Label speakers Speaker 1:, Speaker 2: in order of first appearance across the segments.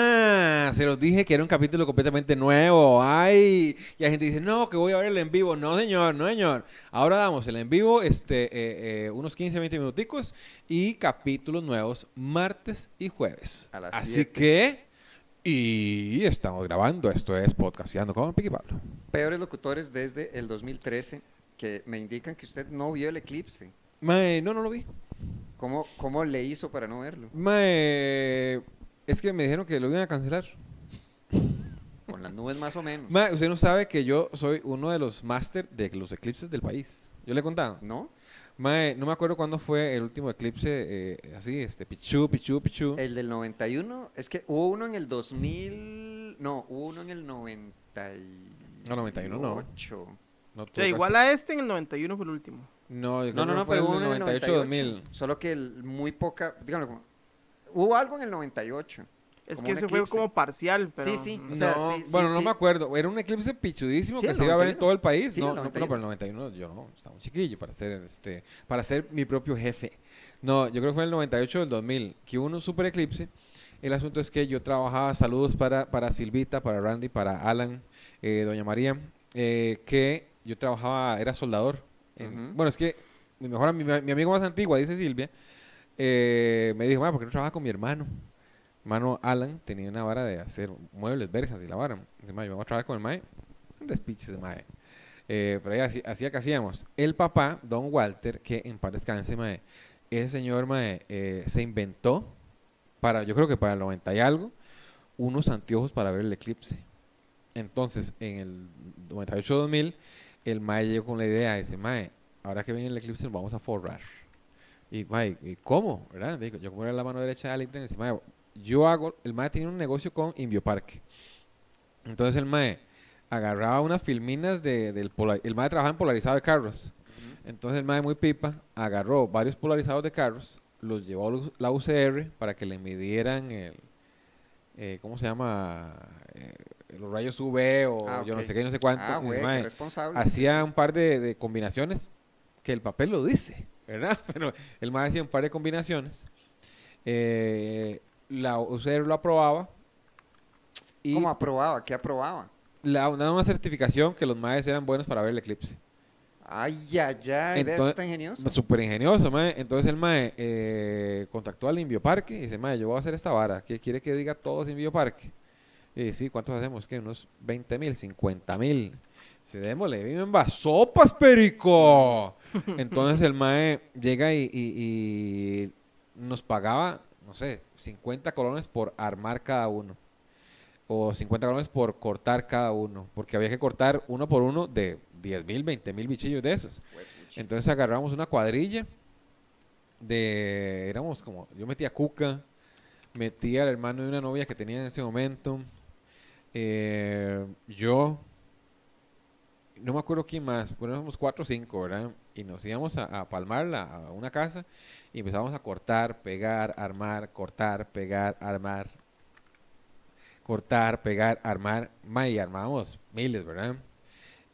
Speaker 1: Pana, se los dije que era un capítulo completamente nuevo. Ay, y la gente dice, no, que voy a ver el en vivo. No, señor, no, señor. Ahora damos el en vivo, este, eh, eh, unos 15, 20 minuticos y capítulos nuevos martes y jueves.
Speaker 2: A las
Speaker 1: Así
Speaker 2: siete.
Speaker 1: que, y estamos grabando. Esto es Podcasteando con Piqui Pablo.
Speaker 2: Peores locutores desde el 2013 que me indican que usted no vio el eclipse.
Speaker 1: Mae, no, no lo vi.
Speaker 2: ¿Cómo, cómo le hizo para no verlo?
Speaker 1: Mae, es que me dijeron que lo iban a cancelar.
Speaker 2: Con las nubes más o menos.
Speaker 1: Mae, usted no sabe que yo soy uno de los máster de los eclipses del país. Yo le he contado.
Speaker 2: ¿No?
Speaker 1: Mae, no me acuerdo cuándo fue el último eclipse, eh, así, este, pichu, pichu, pichu.
Speaker 2: El del 91, es que hubo uno en el 2000, no, hubo uno en el 90.
Speaker 1: No, 91 no. no,
Speaker 3: O sea, igual a este en el 91 fue el último.
Speaker 1: No, yo creo
Speaker 2: No, no,
Speaker 1: que
Speaker 2: no,
Speaker 1: fue
Speaker 2: pero hubo
Speaker 1: en
Speaker 2: uno
Speaker 1: el
Speaker 2: en el
Speaker 1: 98, 2000.
Speaker 2: 98, Solo que el- muy poca, díganlo como, hubo algo en el 98.
Speaker 3: Es
Speaker 2: Como
Speaker 3: que
Speaker 2: un
Speaker 3: ese fue
Speaker 2: eclipse.
Speaker 3: como parcial, pero...
Speaker 2: Sí, sí.
Speaker 3: mm,
Speaker 2: O sea,
Speaker 1: no,
Speaker 2: sí, sí,
Speaker 1: bueno, no
Speaker 2: sí.
Speaker 1: me acuerdo. Era un eclipse pichudísimo
Speaker 2: Sí,
Speaker 1: que
Speaker 2: el
Speaker 1: se iba a ver en
Speaker 2: 91.
Speaker 1: todo el país.
Speaker 2: Sí,
Speaker 1: no,
Speaker 2: el
Speaker 1: no, no, pero el 91 yo no, estaba un chiquillo para ser este, para ser mi propio jefe. No, yo creo que fue en el 98 del 2000 que hubo un super eclipse. El asunto es que yo trabajaba, saludos para, para Silvita, para Randy, para Alan, eh, Doña María, eh, que yo trabajaba, era soldador. en-
Speaker 2: Ujú.
Speaker 1: Bueno, es que mi mejor ami- mi, amigo más antigua, dice Silvia, eh, me dijo, "Ma, ¿por qué no trabajas con mi hermano? Mano Alan tenía una vara de hacer muebles, verjas y la vara. Dice, "Ma, yo vamos a trabajar con el mae. Un despiche de mae. Eh, pero ahí así- hacía que hacíamos. El papá, Don Walter, que en paz descanse, mae, ese señor mae, eh, se inventó, para, yo creo que para el 90 y algo, unos anteojos para ver el eclipse. Entonces, en el 98-2000, el mae llegó con la idea, dice, mae, ahora que viene el eclipse nos vamos a forrar. Y, mae, ¿y ¿cómo? ¿Verdad? Digo, yo como era la mano derecha de Alinton, dice, mae, yo hago, el mae tenía un negocio con Invioparque. Entonces el mae agarraba unas filminas de, del polar, el mae trabajaba en polarizado de carros. Entonces el mae muy pipa agarró varios polarizados de carros, los llevó a lu- la UCR para que le midieran el, eh, ¿cómo se llama? Eh, los rayos UV o
Speaker 2: Ah,
Speaker 1: yo no
Speaker 2: ok.
Speaker 1: sé qué, no sé cuánto.
Speaker 2: Ah,
Speaker 1: Y dice,
Speaker 2: güey,
Speaker 1: "Mae,
Speaker 2: qué responsable.
Speaker 1: hacía un par de, de combinaciones que el papel lo dice, ¿verdad? Pero el más hacía un par de combinaciones. eh, la UCR lo aprobaba. Y
Speaker 2: ¿Cómo aprobaba? ¿Qué aprobaba?
Speaker 1: la, una, una certificación que los maes eran buenos para ver el eclipse.
Speaker 2: Ay, ay, ay, vea, eso
Speaker 1: Entonces-
Speaker 2: está ingenioso.
Speaker 1: Súper ingenioso, mae. Entonces el mae eh, contactó al Invioparque y dice, mae, yo voy a hacer esta vara. ¿Qué quiere que diga todos Invioparque? Y dice, sí, ¿cuántos hacemos? ¿Qué? Unos 20 mil, 50 mil. Se démosle, viven sopas, perico. Entonces el mae llega y, y- y nos pagaba, no sé, 50 colones por armar cada uno. O 50 colones por cortar cada uno. Porque había que cortar uno por uno de 10 mil, 20 mil bichillos de esos.
Speaker 2: Huepucha.
Speaker 1: Entonces agarramos una cuadrilla de, éramos como, yo metía a Cuca, metía al hermano de una novia que tenía en ese momento, eh, yo, no me acuerdo quién más, pero éramos cuatro o cinco, ¿verdad? Y nos íbamos a, a palmarla a una casa y empezábamos a cortar, pegar, armar, cortar, pegar, armar, cortar, pegar, armar, ma, y armábamos miles, ¿verdad?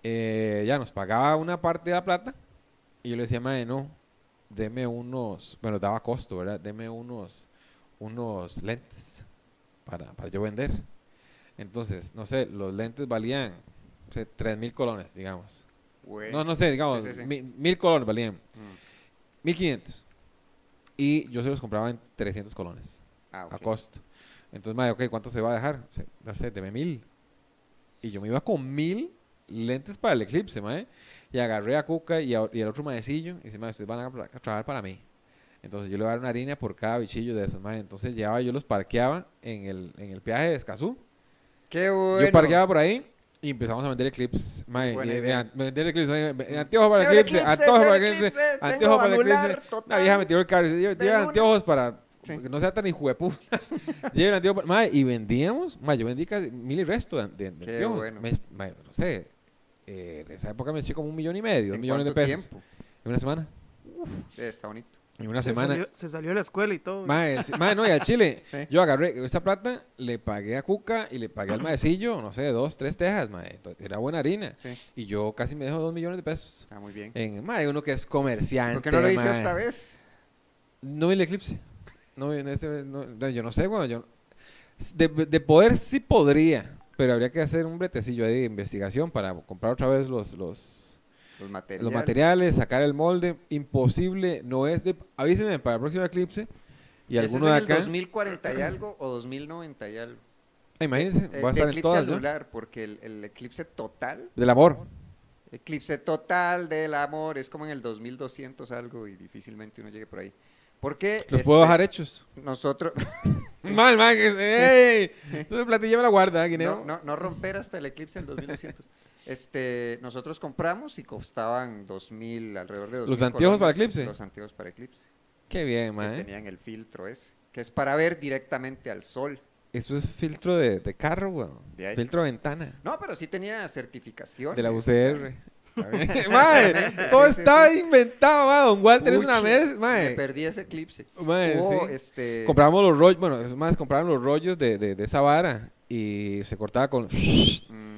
Speaker 1: Eh, ya nos pagaba una parte de la plata y yo le decía, madre, no, deme unos, bueno, daba costo, ¿verdad? Deme unos, unos lentes para, para yo vender. Entonces, no sé, los lentes valían, o sea, 3 mil colones, digamos.
Speaker 2: Güey.
Speaker 1: No, no sé, digamos,
Speaker 2: sí, sí.
Speaker 1: mi- mil colones valían,
Speaker 2: Mm.
Speaker 1: 1500. Y yo se los compraba en 300 colones
Speaker 2: Ah, ok.
Speaker 1: a costo. Entonces, madre, ok, ¿cuánto se va a dejar? Se, no sé, deme mil. Y yo me iba con mil lentes para el eclipse, madre. Y agarré a Cuca y, a- y al otro maecillo. Y dice, madre, ustedes van a, tra- a trabajar para mí. Entonces yo le voy a dar una harina por cada bichillo de esos, madre. Entonces llevaba, yo los parqueaba en el, en el peaje de Escazú.
Speaker 2: Qué bueno.
Speaker 1: Yo parqueaba por ahí y empezamos a vender eclipses. Mae,
Speaker 2: Buena
Speaker 1: y-
Speaker 2: idea.
Speaker 1: eh, vender eclipses. eh, eh, Anteojos para
Speaker 2: Quiero el
Speaker 1: eclipse,
Speaker 2: eclipse,
Speaker 1: anteojos
Speaker 2: quiero
Speaker 1: para
Speaker 2: el
Speaker 1: eclipse,
Speaker 2: eclipse, tengo
Speaker 1: anteojos para
Speaker 2: anular
Speaker 1: eclipse. Una
Speaker 2: total
Speaker 1: vieja me tiró el cable.
Speaker 2: de
Speaker 1: Llevan
Speaker 2: luna".
Speaker 1: anteojos para
Speaker 2: Sí.
Speaker 1: que no sea tan hijuepu. Llevan anteojos para. Mae, y vendíamos. Mae, yo vendí casi mil y resto de, de- de
Speaker 2: Qué
Speaker 1: anteojos.
Speaker 2: bueno.
Speaker 1: Me- mae, no sé. eh, en esa época me eché como un millón y medio, dos
Speaker 2: ¿En
Speaker 1: millones de
Speaker 2: cuánto
Speaker 1: pesos.
Speaker 2: tiempo?
Speaker 1: En una semana.
Speaker 2: Eh, Está bonito.
Speaker 1: En una
Speaker 3: se,
Speaker 1: semana.
Speaker 3: Salió, se salió de la escuela y todo.
Speaker 1: Mae, sí, mae, no, y al chile.
Speaker 2: Sí.
Speaker 1: Yo agarré esa plata, le pagué a Cuca y le pagué al maecillo, no sé, dos, tres tejas, mae. To- Era buena harina.
Speaker 2: Sí,
Speaker 1: Y yo casi me dejo dos millones de pesos.
Speaker 2: está muy bien.
Speaker 1: En, mae, uno que es comerciante.
Speaker 2: ¿Por qué no lo hizo
Speaker 1: mae.
Speaker 2: esta vez?
Speaker 1: No vi el eclipse. No vi en ese- no- no, yo no sé, güey. Yo, De, de poder sí podría, pero habría que hacer un bretecillo ahí de investigación para comprar otra vez los, los,
Speaker 2: Los materiales.
Speaker 1: los materiales, sacar el molde. Imposible, no es. De, avísenme para el próximo eclipse y
Speaker 2: Ese
Speaker 1: alguno
Speaker 2: es
Speaker 1: de
Speaker 2: en el
Speaker 1: acá.
Speaker 2: 2040 y algo o 2090 y algo.
Speaker 1: Ah, imagínense,
Speaker 2: Eh,
Speaker 1: voy a
Speaker 2: de
Speaker 1: estar en
Speaker 2: eclipse
Speaker 1: todas. ¿no?
Speaker 2: anular, porque el, el eclipse total,
Speaker 1: Del amor.
Speaker 2: eclipse total del amor, es como en el 2200 algo y difícilmente uno llegue por ahí. Porque
Speaker 1: Los puedo
Speaker 2: este,
Speaker 1: dejar hechos.
Speaker 2: nosotros
Speaker 1: Mal, mal. que- ¡Ey! Entonces, platilla me la guarda, Guineo.
Speaker 2: no, no, no romper hasta el eclipse del 2200. Este, nosotros compramos y costaban 2000 alrededor de 2000
Speaker 1: ¿Los anteojos para
Speaker 2: colones,
Speaker 1: eclipse?
Speaker 2: Los anteojos para eclipse,
Speaker 1: Qué bien,
Speaker 2: que
Speaker 1: man.
Speaker 2: tenían el filtro ese, que es para ver directamente al sol.
Speaker 1: Eso es filtro de, de carro, weón.
Speaker 2: De ahí.
Speaker 1: Filtro de ventana.
Speaker 2: No, pero sí tenía certificación.
Speaker 1: De la
Speaker 2: eh,
Speaker 1: UCR.
Speaker 2: Sí,
Speaker 1: mae, todo
Speaker 2: sí,
Speaker 1: está
Speaker 2: sí.
Speaker 1: inventado, mae. Don Walter es una
Speaker 2: Uchi,
Speaker 1: vez,
Speaker 2: Me
Speaker 1: mae.
Speaker 2: perdí ese eclipse.
Speaker 1: Mae,
Speaker 2: Hubo,
Speaker 1: sí.
Speaker 2: este,
Speaker 1: Compramos los rollos, bueno, es más, compraron los rollos de, de, de esa vara y se cortaba con
Speaker 2: mm,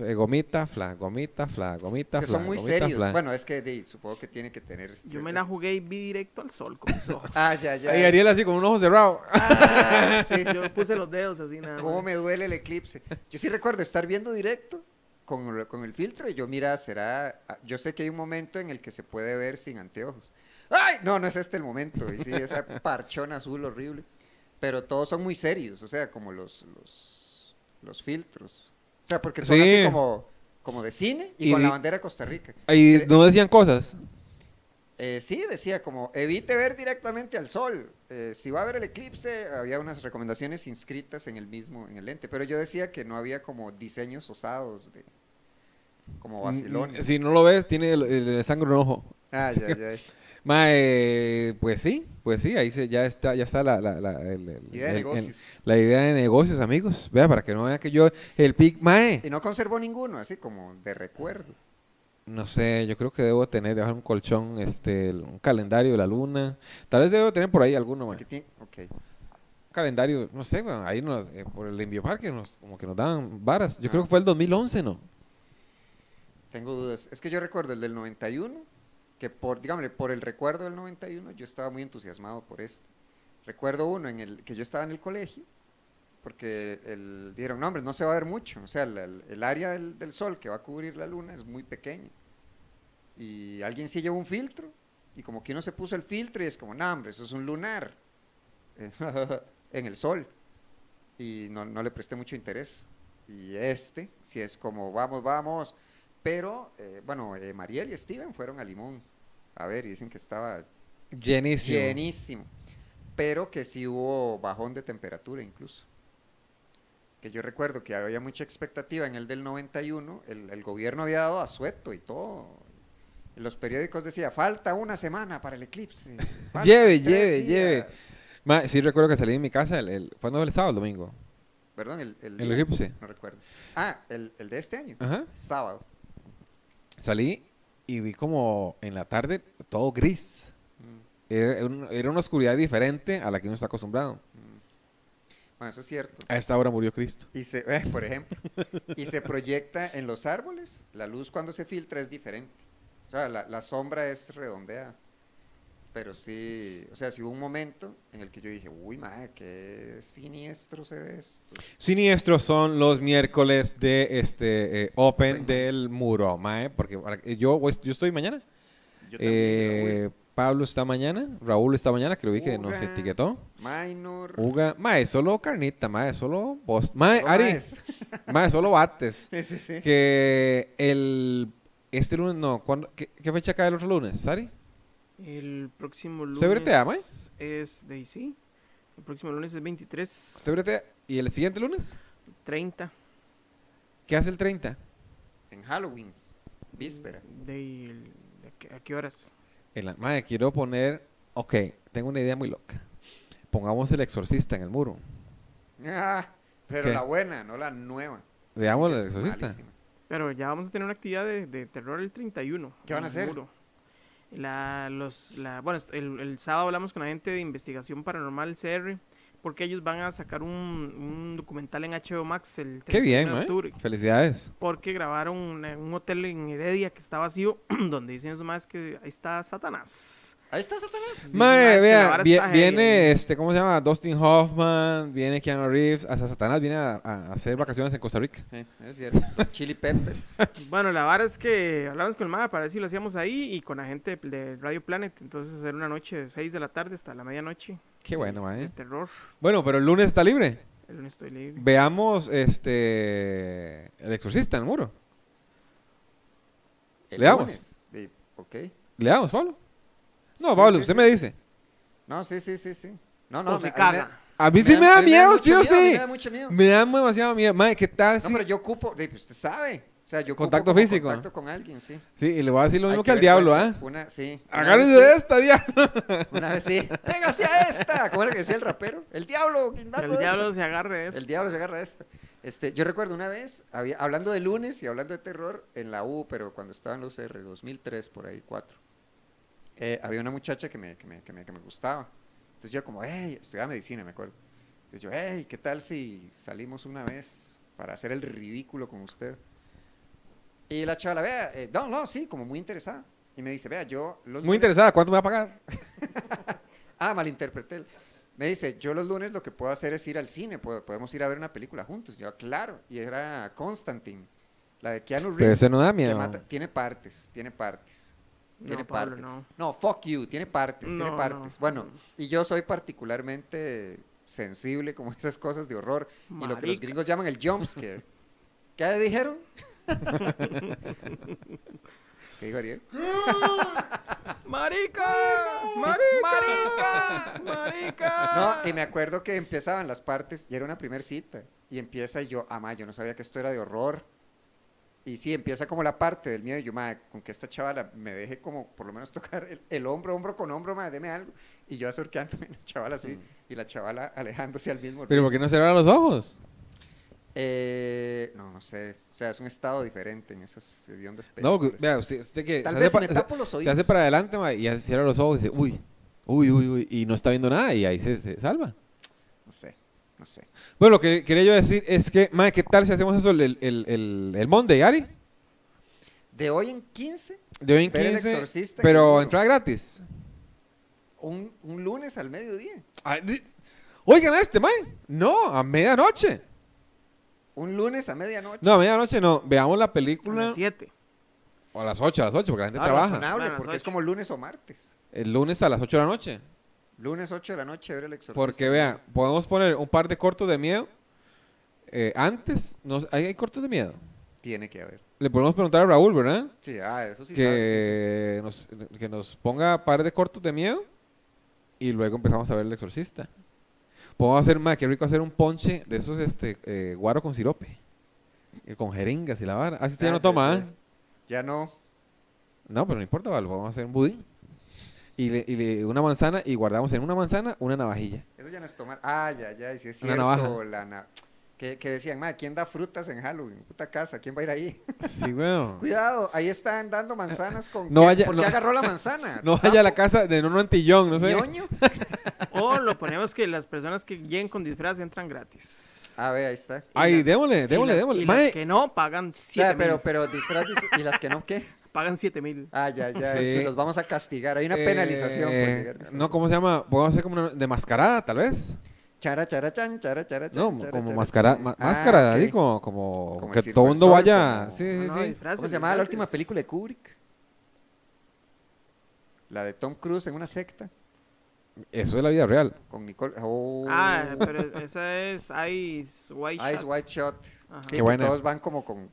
Speaker 1: eh, gomita, fla, gomita, fla, gomita,
Speaker 2: que
Speaker 1: fla.
Speaker 2: son muy
Speaker 1: gomita,
Speaker 2: serios.
Speaker 1: fla.
Speaker 2: Bueno, es que de- supongo que tiene que tener.
Speaker 3: Yo me la jugué y vi directo al sol con mis ojos.
Speaker 2: Ah, ya, ya.
Speaker 1: Y Ariel así con un ojo cerrado.
Speaker 2: Ah, sí.
Speaker 3: Yo puse los dedos así nada
Speaker 2: ¿Cómo
Speaker 3: más.
Speaker 2: me duele el eclipse? Yo sí recuerdo estar viendo directo con, el- con el filtro y yo, mira, será. ah, Yo sé que hay un momento en el que se puede ver sin anteojos. ¡Ay! No, no es este el momento. Y sí, esa parchón azul horrible. Pero todos son muy serios, o sea, como los, los, los filtros. O sea, porque son
Speaker 1: Sí.
Speaker 2: así como, como de cine y,
Speaker 1: Y
Speaker 2: con la
Speaker 1: di-
Speaker 2: bandera de Costa Rica.
Speaker 1: Y
Speaker 2: Cre-
Speaker 1: no decían cosas.
Speaker 2: Eh, sí, decía como evite ver directamente al sol. Eh, si va a ver el eclipse, había unas recomendaciones inscritas en el mismo, en el lente. Pero yo decía que no había como diseños osados de
Speaker 1: Mm,
Speaker 2: como vacilones.
Speaker 1: Si no lo ves, tiene el, el, el sangre en un ojo.
Speaker 2: Ah, ya, ya.
Speaker 1: Mae, pues sí, pues sí, ahí se, ya está, ya está la, la, la, el- el-
Speaker 2: Idea
Speaker 1: el-
Speaker 2: de
Speaker 1: el-
Speaker 2: negocios.
Speaker 1: la idea de negocios, amigos. Vea, para que no vean que yo, el pic, mae,
Speaker 2: Y no conservó ninguno, así como de recuerdo.
Speaker 1: no sé, yo creo que debo tener, dejar un colchón, este, el- un calendario de la luna. Tal vez debo tener por ahí alguno, mae.
Speaker 2: Aquí tiene- ok.
Speaker 1: Un calendario, no sé, weón, ahí nos, eh, por el envioparque nos, como que nos daban varas. Yo
Speaker 2: Ah.
Speaker 1: creo que fue el 2011, ¿no?
Speaker 2: Tengo dudas. Es que yo recuerdo el del 91, que por, dígame, por el recuerdo del 91 yo estaba muy entusiasmado por esto. Recuerdo uno en el que yo estaba en el colegio, porque el, dijeron, no hombre, no se va a ver mucho. O sea, la- el, el área del, del sol que va a cubrir la luna es muy pequeña. Y alguien sí llevó un filtro, y como que uno se puso el filtro y es como, no hombre, eso es un lunar eh, en el sol. Y no, no le presté mucho interés. Y este, si es como, vamos, vamos, pero, eh, bueno, eh, Mariel y Steven fueron a Limón. A ver, y dicen que estaba
Speaker 1: Llenísimo.
Speaker 2: llenísimo. Pero que sí hubo bajón de temperatura incluso. Que yo recuerdo que había mucha expectativa en el del 91. El, el gobierno había dado asueto y todo. En los periódicos decía, falta una semana para el eclipse. faltan
Speaker 1: Lleve,
Speaker 2: tres
Speaker 1: lleve, lleve.
Speaker 2: días".
Speaker 1: Mae, sí recuerdo que salí de mi casa, el, el, ¿cuándo fue el sábado, el domingo?
Speaker 2: Perdón, el, el
Speaker 1: El
Speaker 2: día,
Speaker 1: eclipse.
Speaker 2: No recuerdo. Ah, el, el de este año.
Speaker 1: Ajá.
Speaker 2: Sábado.
Speaker 1: Salí y vi como en la tarde todo gris.
Speaker 2: Mm,
Speaker 1: Era, un- era una oscuridad diferente a la que uno está acostumbrado.
Speaker 2: mm. Bueno, eso es cierto.
Speaker 1: A esta hora murió Cristo.
Speaker 2: Y se, eh, por ejemplo, y se proyecta en los árboles, la luz cuando se filtra es diferente. O sea, la, la sombra es redondeada. Pero sí, o sea, sí hubo un momento en el que yo dije, uy, madre, qué siniestro se ve esto.
Speaker 1: Siniestros son los miércoles de este eh, Open
Speaker 2: Open.
Speaker 1: del Muro, mae, porque para- eh, yo, voy- yo estoy mañana.
Speaker 2: Yo también,
Speaker 1: Eh, Pablo está mañana, Raúl está mañana, que lo vi que nos
Speaker 2: Uga.
Speaker 1: etiquetó.
Speaker 2: "Uy, minor.
Speaker 1: Uga, mae, solo carnita, mae, solo post. Mae,
Speaker 2: no
Speaker 1: eh, Ari,
Speaker 2: maes".
Speaker 1: mae, solo bates.
Speaker 2: Sí, sí, sí.
Speaker 1: Que el este lunes no, ¿cuándo- qué, qué fecha cae el otro lunes, Sari?
Speaker 3: El próximo lunes.
Speaker 1: ¿Se bretea, mae?
Speaker 3: Es de sí. El próximo lunes es 23.
Speaker 1: ¿Usted bretea? ¿Y el siguiente lunes?
Speaker 3: 30.
Speaker 1: ¿Qué hace el 30?
Speaker 2: En Halloween, víspera.
Speaker 3: De, el- de a qué- ¿A qué horas?
Speaker 1: En la- madre, quiero poner. Ok, tengo una idea muy loca. Pongamos el exorcista en el muro.
Speaker 2: Ah, pero
Speaker 1: Mm. ¿Qué?
Speaker 2: la buena, no la nueva.
Speaker 1: Veamos
Speaker 2: que
Speaker 1: el
Speaker 2: es
Speaker 1: exorcista.
Speaker 2: malísima.
Speaker 3: Pero ya vamos a tener una actividad de, de terror el 31.
Speaker 2: ¿Qué van
Speaker 3: en
Speaker 2: a
Speaker 3: el
Speaker 2: hacer?
Speaker 3: muro. La, los, la, bueno, est- el, el sábado hablamos con la gente de Investigación Paranormal CR, porque ellos van a sacar un, un documental en HBO Max el 31
Speaker 1: Qué bien,
Speaker 3: de
Speaker 2: ¿eh?
Speaker 1: mae.
Speaker 3: octubre,
Speaker 1: Felicidades.
Speaker 3: porque grabaron una- un hotel en Heredia que está vacío, donde dicen eso más que ahí está Satanás.
Speaker 2: Ahí está Satanás.
Speaker 3: mae,
Speaker 1: Mae,
Speaker 3: es que la
Speaker 1: vea,
Speaker 3: vara
Speaker 1: vie-
Speaker 3: está heavy,
Speaker 1: viene,
Speaker 3: ahí.
Speaker 1: este, ¿cómo se llama? Dustin Hoffman, viene Keanu Reeves, hasta Satanás viene a, a hacer vacaciones en Costa Rica.
Speaker 2: Sí, es cierto. Los Chili Peppers.
Speaker 3: Bueno, la vara es que hablamos con el MAE para ver si lo hacíamos ahí y con la gente de, de Radio Planet. Entonces era una noche de 6 de la tarde hasta la medianoche.
Speaker 1: Qué bueno,
Speaker 2: ¿Eh?
Speaker 1: mae.
Speaker 3: Terror.
Speaker 1: Bueno, pero el lunes está libre.
Speaker 3: El lunes estoy libre.
Speaker 1: Veamos, este, El Exorcista en el muro.
Speaker 2: El
Speaker 1: Le damos.
Speaker 2: lunes. Sí, ok.
Speaker 1: ¿Le damos, Pablo? No,
Speaker 2: Sí,
Speaker 1: Pablo,
Speaker 2: sí,
Speaker 1: usted
Speaker 2: sí.
Speaker 1: me dice.
Speaker 2: No, sí, sí, sí, sí. No, no,
Speaker 3: No,
Speaker 2: me- a mí
Speaker 3: me Pues caga.
Speaker 1: A mí
Speaker 2: me
Speaker 1: sí me da
Speaker 2: a mí
Speaker 1: miedo,
Speaker 2: mucho
Speaker 1: sí o
Speaker 2: miedo, a mí
Speaker 1: sí.
Speaker 2: Me da mucho miedo.
Speaker 1: Me da demasiado miedo. Mae, ¿qué tal
Speaker 2: No,
Speaker 1: si
Speaker 2: pero yo ocupo, de- pues, usted sabe. O sea, yo ocupo
Speaker 1: Contacto
Speaker 2: como
Speaker 1: físico.
Speaker 2: Contacto con alguien, sí.
Speaker 1: Sí, y le voy a decir lo
Speaker 2: Hay
Speaker 1: mismo que,
Speaker 2: que
Speaker 1: al
Speaker 2: ver
Speaker 1: diablo,
Speaker 2: cuál
Speaker 1: ¿ah?
Speaker 2: es- una- sí. una
Speaker 1: Agárrense
Speaker 2: vez
Speaker 1: de
Speaker 2: sí,
Speaker 1: esta, diablo.
Speaker 2: Una vez sí. ¡Pégase a esta! ¿Cómo era que decía el rapero? El diablo,
Speaker 3: Que
Speaker 2: guindando
Speaker 3: el
Speaker 2: esta.
Speaker 3: diablo se agarre de
Speaker 2: El
Speaker 3: esto.
Speaker 2: diablo se agarra a esta. Este, yo recuerdo una vez, había, hablando de lunes y hablando de terror, en la U, pero cuando estaba en la UCR, 2003, por ahí, 4. había una muchacha que me, que, me, que me- que me gustaba. Entonces yo como, hey, estudiaba medicina, me acuerdo. Entonces yo, hey, ¿qué tal si salimos una vez para hacer el ridículo con usted? Y la chava la vea, eh, no, no, sí, como muy interesada. Y me dice, vea, yo... los
Speaker 1: Muy
Speaker 2: lunes-
Speaker 1: interesada, ¿cuánto me va a pagar?
Speaker 2: Ah, malinterpreté. el- Me dice, yo los lunes lo que puedo hacer es ir al cine, po- podemos ir a ver una película juntos. Yo, claro, y era Constantine, la de Keanu
Speaker 1: Pero
Speaker 2: Reeves.
Speaker 1: eso no da
Speaker 2: que
Speaker 1: miedo.
Speaker 2: mata- Tiene partes, tiene partes. Tiene
Speaker 3: No, Pablo,
Speaker 2: partes.
Speaker 3: no.
Speaker 2: fuck you, tiene partes,
Speaker 3: No,
Speaker 2: tiene
Speaker 3: no.
Speaker 2: partes. Bueno, y yo soy particularmente sensible como esas cosas de horror y lo que los
Speaker 3: Marica.
Speaker 2: gringos llaman el jump scare. ¿Qué dijeron? ¿Qué dijo Ariel?
Speaker 3: ¡Marica! ¡Marica! ¡Marica!
Speaker 2: No, y me acuerdo que empezaban las partes y era una primer cita. Y empieza y yo, ah, ma, yo no sabía que esto era de horror. Y sí, empieza como la parte del miedo. Y yo, ma, con que esta chavala me deje como por lo menos tocar el, el hombro, hombro con hombro, ma, deme algo. Y yo acercándome a la chavala así. Y la chavala alejándose al mismo
Speaker 1: Pero
Speaker 2: ritmo.
Speaker 1: ¿por qué no cerrar los ojos?
Speaker 2: Eh, no, no sé. O sea, es un estado diferente en esas hediondas
Speaker 1: No,
Speaker 2: películas.
Speaker 1: porque, vea, usted, usted que
Speaker 2: pues, Tal
Speaker 1: se,
Speaker 2: vez
Speaker 1: hace
Speaker 2: si me
Speaker 1: pa- se-
Speaker 2: tapo los
Speaker 1: se
Speaker 2: oídos.
Speaker 1: hace para adelante mae, y hace- cierra los ojos y dice, uy, uy, uy, uy, y no está viendo nada y ahí se, se salva.
Speaker 2: No sé, no sé.
Speaker 1: Bueno, lo que quería yo decir es que, mae, ¿qué tal si hacemos eso el, el, el, el, el Monday, Ari?
Speaker 2: De hoy en 15,
Speaker 1: De hoy en
Speaker 2: Ver El
Speaker 1: 15,
Speaker 2: Exorcista en el
Speaker 1: pero
Speaker 2: muro.
Speaker 1: entrada gratis.
Speaker 2: un, un lunes al mediodía.
Speaker 1: Ay, di- Oigan a este, mae. No, a medianoche.
Speaker 2: Un lunes a medianoche.
Speaker 1: No, a medianoche no. Veamos la película.
Speaker 3: A las 7.
Speaker 1: O a las 8, a las 8, porque la gente
Speaker 2: Ah,
Speaker 1: trabaja.
Speaker 2: razonable,
Speaker 3: Bueno,
Speaker 2: porque
Speaker 3: las
Speaker 2: es
Speaker 3: ocho.
Speaker 2: como lunes o martes.
Speaker 1: El lunes a las 8 de la noche.
Speaker 2: Lunes 8 de la noche ver el exorcista.
Speaker 1: Porque vea, podemos poner un par de cortos de miedo. eh, antes, no, sé, ¿hay, hay cortos de miedo.
Speaker 2: Tiene que haber.
Speaker 1: Le podemos preguntar a Raúl, ¿verdad?
Speaker 2: Sí, ah, eso sí sabe, sí,
Speaker 1: que, Nos, que nos ponga par de cortos de miedo y luego empezamos a ver el exorcista. Podemos hacer, más, qué rico hacer un ponche de esos este, eh, guaro con sirope. eh, Con jeringas y la vara. Ah,
Speaker 2: sí.
Speaker 1: usted ya
Speaker 2: Ah,
Speaker 1: no
Speaker 2: ya-
Speaker 1: toma, ¿ah?
Speaker 2: ya- Ya no.
Speaker 1: No, pero no importa, vale, vamos a hacer un budín. Y, le, y le- una manzana y guardamos en una manzana una navajilla.
Speaker 2: Eso ya no es tomar. Ah, ya, ya. y sí es
Speaker 1: Una
Speaker 2: cierto.
Speaker 1: navaja.
Speaker 2: la na- que, que decían, ma, ¿quién da frutas en Halloween? Puta casa, ¿quién va a ir ahí?
Speaker 1: Sí, weón.
Speaker 2: Cuidado, ahí están dando manzanas con.
Speaker 1: No
Speaker 2: ¿qué-
Speaker 1: vaya-
Speaker 2: ¿Por
Speaker 1: no-
Speaker 2: qué agarró la manzana?
Speaker 1: No vaya a la casa de Nono Antillón, no sé.
Speaker 2: ¿Ñoño?
Speaker 3: O lo ponemos que las personas que lleguen con disfraz entran gratis.
Speaker 2: Ah, ve, ahí está.
Speaker 1: Ay,
Speaker 3: Y las-
Speaker 1: démosle,
Speaker 2: Eh,
Speaker 3: y
Speaker 1: démosle,
Speaker 3: las-
Speaker 1: démosle.
Speaker 3: Y
Speaker 1: Mae,
Speaker 3: las que no pagan
Speaker 2: O sea,
Speaker 3: 7
Speaker 2: pero, pero disfraz, disfraz- ¿Y las que no qué?
Speaker 3: Pagan 7 mil.
Speaker 2: Ah, ya, ya.
Speaker 1: Sí.
Speaker 2: sí, los vamos a castigar. Hay una
Speaker 1: eh,
Speaker 2: penalización. por llegar disfrazado.
Speaker 1: no, ¿cómo se llama? Podemos hacer como una de mascarada, tal vez.
Speaker 2: Chara, chara, chan, chara, chara, chan,
Speaker 1: No,
Speaker 2: chara,
Speaker 1: como
Speaker 2: chara,
Speaker 1: mascarada,
Speaker 2: chan. Ah,
Speaker 1: máscara,
Speaker 2: ok.
Speaker 1: así como, como,
Speaker 2: Como
Speaker 1: que
Speaker 2: el
Speaker 1: todo el mundo
Speaker 2: Circo del Sol,
Speaker 1: vaya.
Speaker 2: como-
Speaker 1: Sí, sí,
Speaker 3: No, no,
Speaker 1: sí.
Speaker 3: disfraces,
Speaker 2: ¿Cómo se llamaba la
Speaker 3: disfraces.
Speaker 2: última película de Kubrick? La de Tom Cruise en una secta
Speaker 1: Eso es la vida real.
Speaker 2: con Nicole. Oh.
Speaker 3: Ah, pero esa es Ice White.
Speaker 2: Ice
Speaker 3: Shot.
Speaker 2: White Shot.
Speaker 3: Ajá.
Speaker 2: Sí,
Speaker 1: Qué
Speaker 2: que
Speaker 1: buena.
Speaker 2: todos van como con.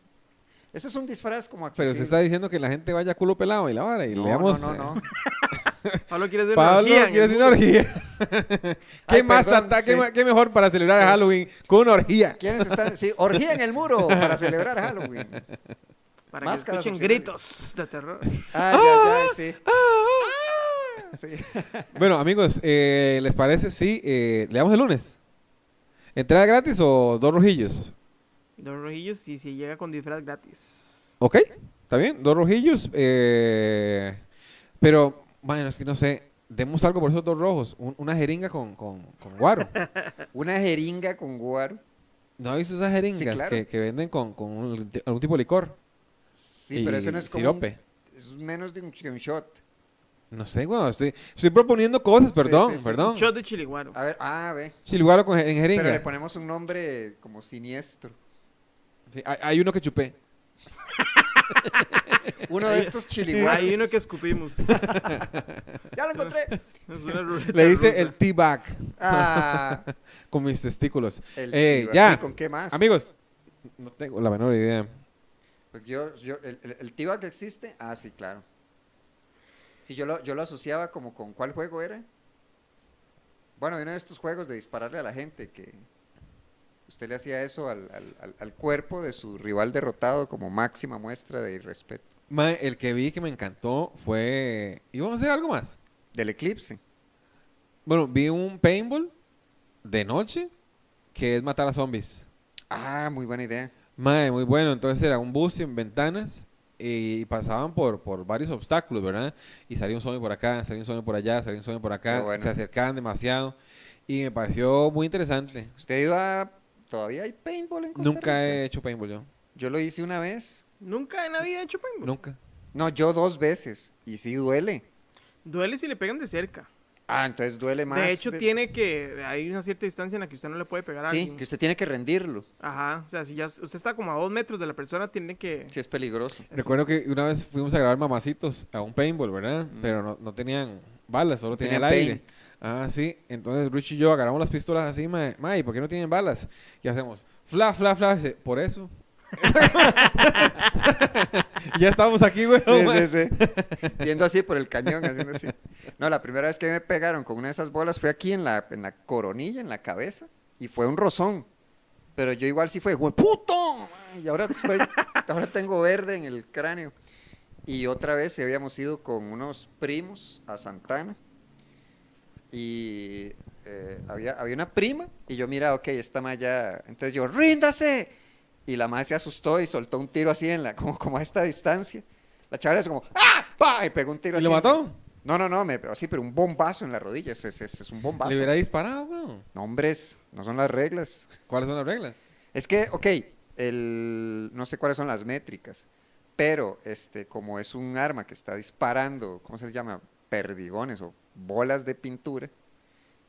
Speaker 2: Eso es un disfraz como
Speaker 1: Pero se
Speaker 2: accesible.
Speaker 1: está diciendo que la gente vaya culo pelado y la vara. Y
Speaker 2: No,
Speaker 1: le damos.
Speaker 2: no,
Speaker 1: eh,
Speaker 2: no, no.
Speaker 3: Pablo quiere hacer
Speaker 1: Pablo,
Speaker 3: orgía en
Speaker 1: ¿quieres
Speaker 3: el
Speaker 1: una
Speaker 3: muro.
Speaker 1: orgía? ¿Qué
Speaker 2: Ay,
Speaker 1: más
Speaker 2: perdón,
Speaker 1: ata- qué,
Speaker 2: sí.
Speaker 1: ma- qué mejor para celebrar
Speaker 2: Sí.
Speaker 1: Halloween con una orgía?
Speaker 2: ¿Quiénes están? Sí, orgía en el muro para celebrar Halloween.
Speaker 3: Para que
Speaker 2: Máscaras
Speaker 3: escuchen
Speaker 2: opcionales.
Speaker 3: gritos de terror.
Speaker 2: Ah, ya, ya, sí. Sí.
Speaker 1: Bueno, amigos, eh, ¿les parece si eh, le damos el lunes? ¿Entrada gratis o dos rojillos?
Speaker 3: Dos rojillos y si llega con disfraz gratis.
Speaker 1: ¿Ok? ¿Está bien? Dos rojillos. eh, pero, bueno, es que no sé. Demos algo por esos dos rojos. un- una jeringa con, con, con guaro.
Speaker 2: Una jeringa con guaro.
Speaker 1: ¿No has visto esas jeringas
Speaker 2: claro.
Speaker 1: que, que venden con, con un- algún tipo de licor?
Speaker 2: Sí,
Speaker 1: Y
Speaker 2: pero eso no es como. un-
Speaker 1: sirope.
Speaker 2: es menos de un, que un shot.
Speaker 1: No sé, weón. Estoy, estoy proponiendo cosas,
Speaker 2: Sí,
Speaker 1: perdón,
Speaker 2: sí, sí.
Speaker 1: perdón.
Speaker 3: Shot de chiliguaro.
Speaker 2: A ver, ah, ve.
Speaker 1: Chiliguaro con, en
Speaker 2: Pero le
Speaker 1: jeringa.
Speaker 2: ponemos un nombre como siniestro.
Speaker 1: Sí, hay, hay uno que chupé.
Speaker 2: Uno de estos chiliguaros.
Speaker 3: Hay uno que escupimos.
Speaker 2: ¡Ya lo encontré!
Speaker 3: Es una ruleta
Speaker 1: Le hice
Speaker 3: rusa.
Speaker 1: el T-Bag
Speaker 2: Ah,
Speaker 1: con mis testículos.
Speaker 2: el
Speaker 1: Eh,
Speaker 2: tiba-
Speaker 1: ya.
Speaker 2: ¿Y ¿Con qué más?
Speaker 1: Amigos, no tengo la menor idea.
Speaker 2: Pues Yo, yo- el, el, el tiba que existe, ah, sí, claro. Sí, yo lo, yo lo asociaba como con cuál juego era. Bueno, uno de estos juegos de dispararle a la gente que usted le hacía eso al, al- al- al cuerpo de su rival derrotado como máxima muestra de irrespeto.
Speaker 1: Mae, el que vi que me encantó fue. ¿Íbamos a hacer algo más?
Speaker 2: Del eclipse.
Speaker 1: Bueno, vi un paintball de noche que es matar a zombies.
Speaker 2: Ah, muy buena idea.
Speaker 1: Mae, muy bueno. Entonces era un bus sin ventanas y pasaban por, por varios obstáculos, ¿verdad? Y salía un zombie por acá, salía un zombie por allá, salía un zombie por acá.
Speaker 2: Qué bueno.
Speaker 1: Se acercaban demasiado y me pareció muy interesante.
Speaker 2: ¿Usted ha ido a... ¿Todavía hay paintball en Costa
Speaker 1: Nunca he
Speaker 2: Rica?
Speaker 1: hecho paintball yo.
Speaker 2: Yo lo hice una vez.
Speaker 3: Nunca en la vida he hecho paintball.
Speaker 1: Nunca.
Speaker 2: No, yo dos veces. Y sí duele.
Speaker 3: Duele si le pegan de cerca.
Speaker 2: Ah, entonces duele más.
Speaker 3: de hecho, tiene que. Hay una cierta distancia en la que usted no le puede pegar a
Speaker 2: Sí,
Speaker 3: alguien.
Speaker 2: que usted tiene que rendirlo.
Speaker 3: Ajá. O sea, si ya usted está como a dos metros de la persona, tiene que.
Speaker 2: Si es peligroso.
Speaker 1: Recuerdo que una vez fuimos a grabar mamacitos a un paintball, ¿verdad?
Speaker 2: Mm.
Speaker 1: Pero no, no tenían balas, solo
Speaker 2: No
Speaker 1: tenían el
Speaker 2: tenían
Speaker 1: aire. Ah, sí. Entonces Rich y yo agarramos las pistolas así, mae, mae, ¿por qué no tienen balas? Y hacemos, fla, fla, fla, dice, por eso. ya estamos aquí, güey.
Speaker 2: Sí, sí, sí. Viendo así por el cañón, haciendo así. No, la primera vez que me pegaron con una de esas bolas fue aquí en la, en la coronilla, en la cabeza, y fue un rozón. Pero yo igual sí fue, ¡puto! Y ahora, estoy- ahora tengo verde en el cráneo. Y otra vez sí habíamos ido con unos primos a Santana. Y eh, había, había una prima, y yo, mira, ok, esta ma ya. Entonces yo, ¡ríndase! Y la madre se asustó y soltó un tiro así en la, como, como a esta distancia. La chavala es como, ¡ah! ¡Pah! Y pegó un tiro
Speaker 1: ¿Y
Speaker 2: así.
Speaker 1: lo
Speaker 2: en-
Speaker 1: mató?
Speaker 2: No, no, no, me, pero sí, pero un bombazo en la rodilla. ese- ese- ese es un bombazo.
Speaker 1: Le hubiera disparado, güey.
Speaker 2: No, hombres, no son las reglas.
Speaker 1: ¿Cuáles son las reglas?
Speaker 2: Es que, ok, el, no sé cuáles son las métricas, pero este, como es un arma que está disparando, ¿cómo se le llama? Perdigones o bolas de pintura.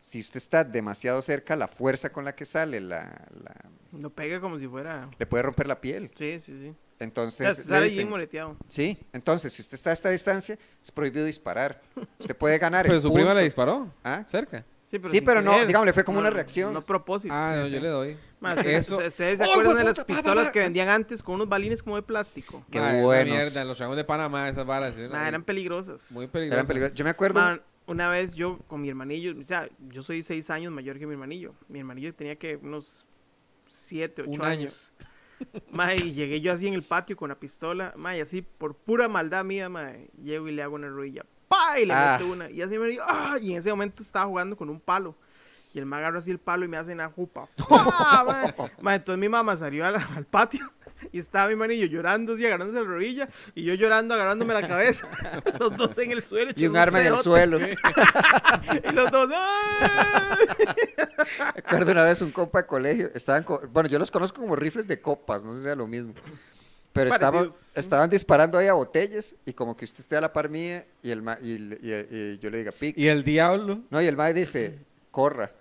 Speaker 2: Si usted está demasiado cerca, la fuerza con la que sale la, la-
Speaker 3: Lo pega como si fuera.
Speaker 2: le puede romper la piel.
Speaker 3: Sí, sí, sí. O sea,
Speaker 2: Entonces, le
Speaker 3: sale bien
Speaker 2: dicen-
Speaker 3: moleteado.
Speaker 2: sí, entonces, si usted está a esta distancia, es prohibido disparar. Usted puede ganar el
Speaker 1: Pero su prima le
Speaker 2: punto.
Speaker 1: disparó.
Speaker 2: ¿Ah?
Speaker 1: Cerca.
Speaker 3: Sí, pero,
Speaker 2: Sí,
Speaker 3: sin
Speaker 2: pero no,
Speaker 3: querer.
Speaker 2: dígame, fue como
Speaker 3: No,
Speaker 2: una reacción.
Speaker 3: No a propósito.
Speaker 1: Ah,
Speaker 2: sí,
Speaker 1: no,
Speaker 2: sí.
Speaker 1: yo le doy.
Speaker 3: Ma, ustedes-
Speaker 1: Eso.
Speaker 3: ¿Ustedes se
Speaker 2: ¡Ay,
Speaker 3: acuerdan de
Speaker 2: hueputa!
Speaker 3: las
Speaker 2: Pa, pa,
Speaker 3: pistolas
Speaker 2: pa.
Speaker 3: que vendían antes con unos balines como de plástico?
Speaker 2: Qué
Speaker 1: Mae, una
Speaker 2: buenos.
Speaker 1: Mierda, los tragos de Panamá, esas balas. ¿sí?
Speaker 3: Ma, eran peligrosas.
Speaker 1: Muy peligrosas.
Speaker 2: Eran peligrosos. Yo me acuerdo.
Speaker 3: Ma, Ah, una vez yo con mi hermanillo, o sea, yo soy seis años mayor que mi hermanillo. Mi hermanillo tenía que unos siete, ocho
Speaker 1: Un año.
Speaker 3: años. Ma, y llegué yo así en el patio con la pistola, ma, y así por pura maldad mía, ma, llego y le hago una rodilla, pa, y le
Speaker 2: Ah.
Speaker 3: meto una, y así me digo, ¡ah! y en ese momento estaba jugando con un palo, y el ma agarró así el palo y me hace una jupa, ¡pa! ma. Ma, entonces mi mamá salió a la- al patio, y estaba mi manillo llorando, así agarrándose la rodilla, y yo llorando, agarrándome la cabeza, los dos en el suelo,
Speaker 2: Y
Speaker 3: hechos
Speaker 2: un arma en el
Speaker 3: cerote.
Speaker 2: suelo.
Speaker 3: Y los dos, ¡ah!
Speaker 2: Recuerdo una vez un compa de colegio, estaban co- bueno, yo los conozco como rifles de copas, no sé si sea lo mismo. Pero estaban,
Speaker 3: Parecidos.
Speaker 2: estaban disparando ahí a botellas y como que usted esté a la par mía y, el ma- y, el- y el- y yo le diga pique.
Speaker 1: Y el diablo.
Speaker 2: No, y el mae dice, corra.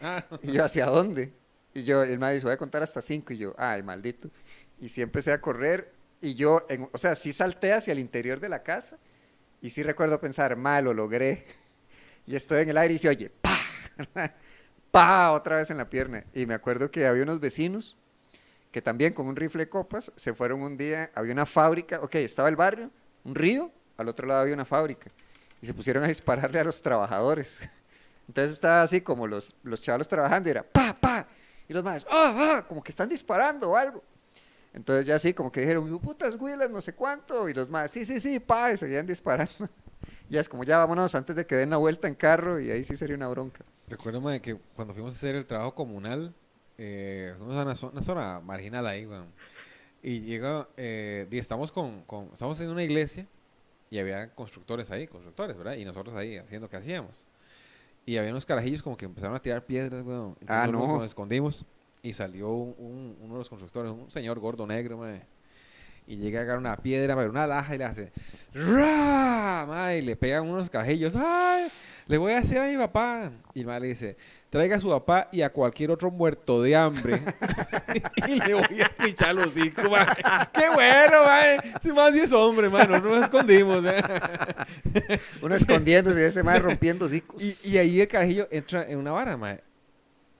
Speaker 1: Ah,
Speaker 2: Y yo, ¿hacia dónde? Y yo, el mae dice, voy a contar hasta cinco. Y yo, ay, maldito. Y sí empecé a correr y yo, en- o sea, sí salté hacia el interior de la casa y sí recuerdo pensar, mal, lo logré. Y estoy en el aire y se oye, pa, pa, otra vez en la pierna. Y me acuerdo que había unos vecinos que también con un rifle de copas se fueron un día, había una fábrica, ok, estaba el barrio, un río, al otro lado había una fábrica. Y se pusieron a dispararle a los trabajadores. Entonces estaba así como los, los chavalos trabajando y era pa, pa. Y los más, ah, ah, como que están disparando o algo. Entonces ya así como que dijeron, "Hijo de putas huilas, no sé cuánto. Y los más, sí, sí, sí, pa, y seguían disparando. Ya es como, ya vámonos antes de que den la vuelta en carro y ahí sí sería una bronca.
Speaker 1: Recuerdo mae, que cuando fuimos a hacer el trabajo comunal, eh, fuimos a una zona, una zona marginal ahí, weón. Y llega, eh, y estamos con, con- estamos en una iglesia y había constructores ahí, constructores, ¿verdad? Y nosotros ahí haciendo que hacíamos. Y había unos carajillos como que empezaron a tirar piedras, weón. Entonces
Speaker 2: Ah,
Speaker 1: nosotros
Speaker 2: no.
Speaker 1: Nos escondimos y salió un- un- uno de los constructores, un señor gordo negro, mae. y llega a agarrar una piedra, mae, una laja y le hace ¡Ra! mae, y le pegan unos cajillos. ¡Ay! Le voy a hacer a mi papá. Y el mae le dice, traiga a su papá y a cualquier otro muerto de hambre. y le voy a pinchar los hocico, mae. ¡Qué bueno, mae! Ese mae sí es hombre, mae. Nosotros nos escondimos, ¿eh? mae.
Speaker 2: Uno escondiéndose y ese mae rompiendo hocicos.
Speaker 1: Y, y ahí el carajillo entra en una vara, mae.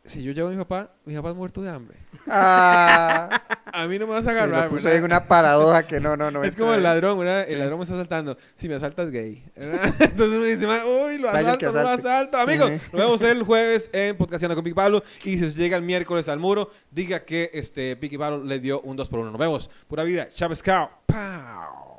Speaker 1: Si yo llevo a mi papá, mi papá es muerto de hambre.
Speaker 2: Ah,
Speaker 1: A mí no me vas a
Speaker 2: se
Speaker 1: agarrar,
Speaker 2: lo puso
Speaker 1: ¿verdad?
Speaker 2: ahí una paradoja que no, no, no.
Speaker 1: Es
Speaker 2: entra
Speaker 1: como el
Speaker 2: ahí.
Speaker 1: ladrón, ¿verdad? El ladrón me está asaltando. Si me asaltas, gay. ¿verdad? Entonces uno dice, "Ma, uy, lo
Speaker 2: Vaya el que
Speaker 1: asalto, no lo
Speaker 2: asalte".
Speaker 1: asalto. Amigos,
Speaker 2: Ujú.
Speaker 1: nos vemos el jueves en Podcastiano con Piqui Pablo. Y si usted llega el miércoles al muro, diga que este Piqui Pablo le dio un 2 por 1 Nos vemos. Pura vida. Chávez Cao. Pau.